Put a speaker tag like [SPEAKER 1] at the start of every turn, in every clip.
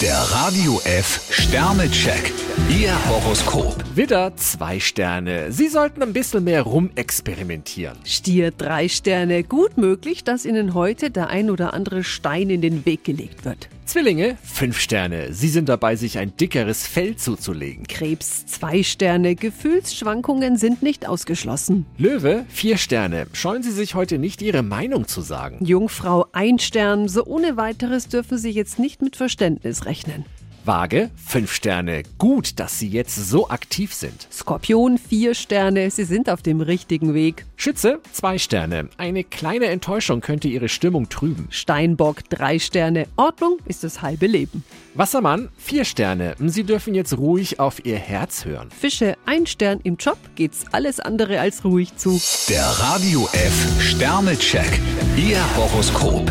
[SPEAKER 1] Der Radio F Sternecheck. Ihr Horoskop.
[SPEAKER 2] Widder, zwei Sterne. Sie sollten ein bisschen mehr rumexperimentieren.
[SPEAKER 3] Stier, drei Sterne. Gut möglich, dass Ihnen heute der ein oder andere Stein in den Weg gelegt wird.
[SPEAKER 2] Zwillinge, fünf Sterne. Sie sind dabei, sich ein dickeres Fell zuzulegen.
[SPEAKER 3] Krebs, zwei Sterne. Gefühlsschwankungen sind nicht ausgeschlossen.
[SPEAKER 2] Löwe, vier Sterne. Scheuen Sie sich heute nicht, Ihre Meinung zu sagen.
[SPEAKER 3] Jungfrau, ein Stern. So ohne weiteres dürfen Sie jetzt nicht mit Verständnis rechnen.
[SPEAKER 2] Waage, fünf Sterne. Gut, dass Sie jetzt so aktiv sind.
[SPEAKER 3] Skorpion, vier Sterne. Sie sind auf dem richtigen Weg.
[SPEAKER 2] Schütze, zwei Sterne. Eine kleine Enttäuschung könnte Ihre Stimmung trüben.
[SPEAKER 3] Steinbock, drei Sterne. Ordnung ist das halbe Leben.
[SPEAKER 2] Wassermann, vier Sterne. Sie dürfen jetzt ruhig auf Ihr Herz hören.
[SPEAKER 3] Fische, ein Stern. Im Job geht's alles andere als ruhig zu.
[SPEAKER 1] Der Radio F Sternecheck. Ihr Horoskop.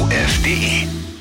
[SPEAKER 1] radiof.de.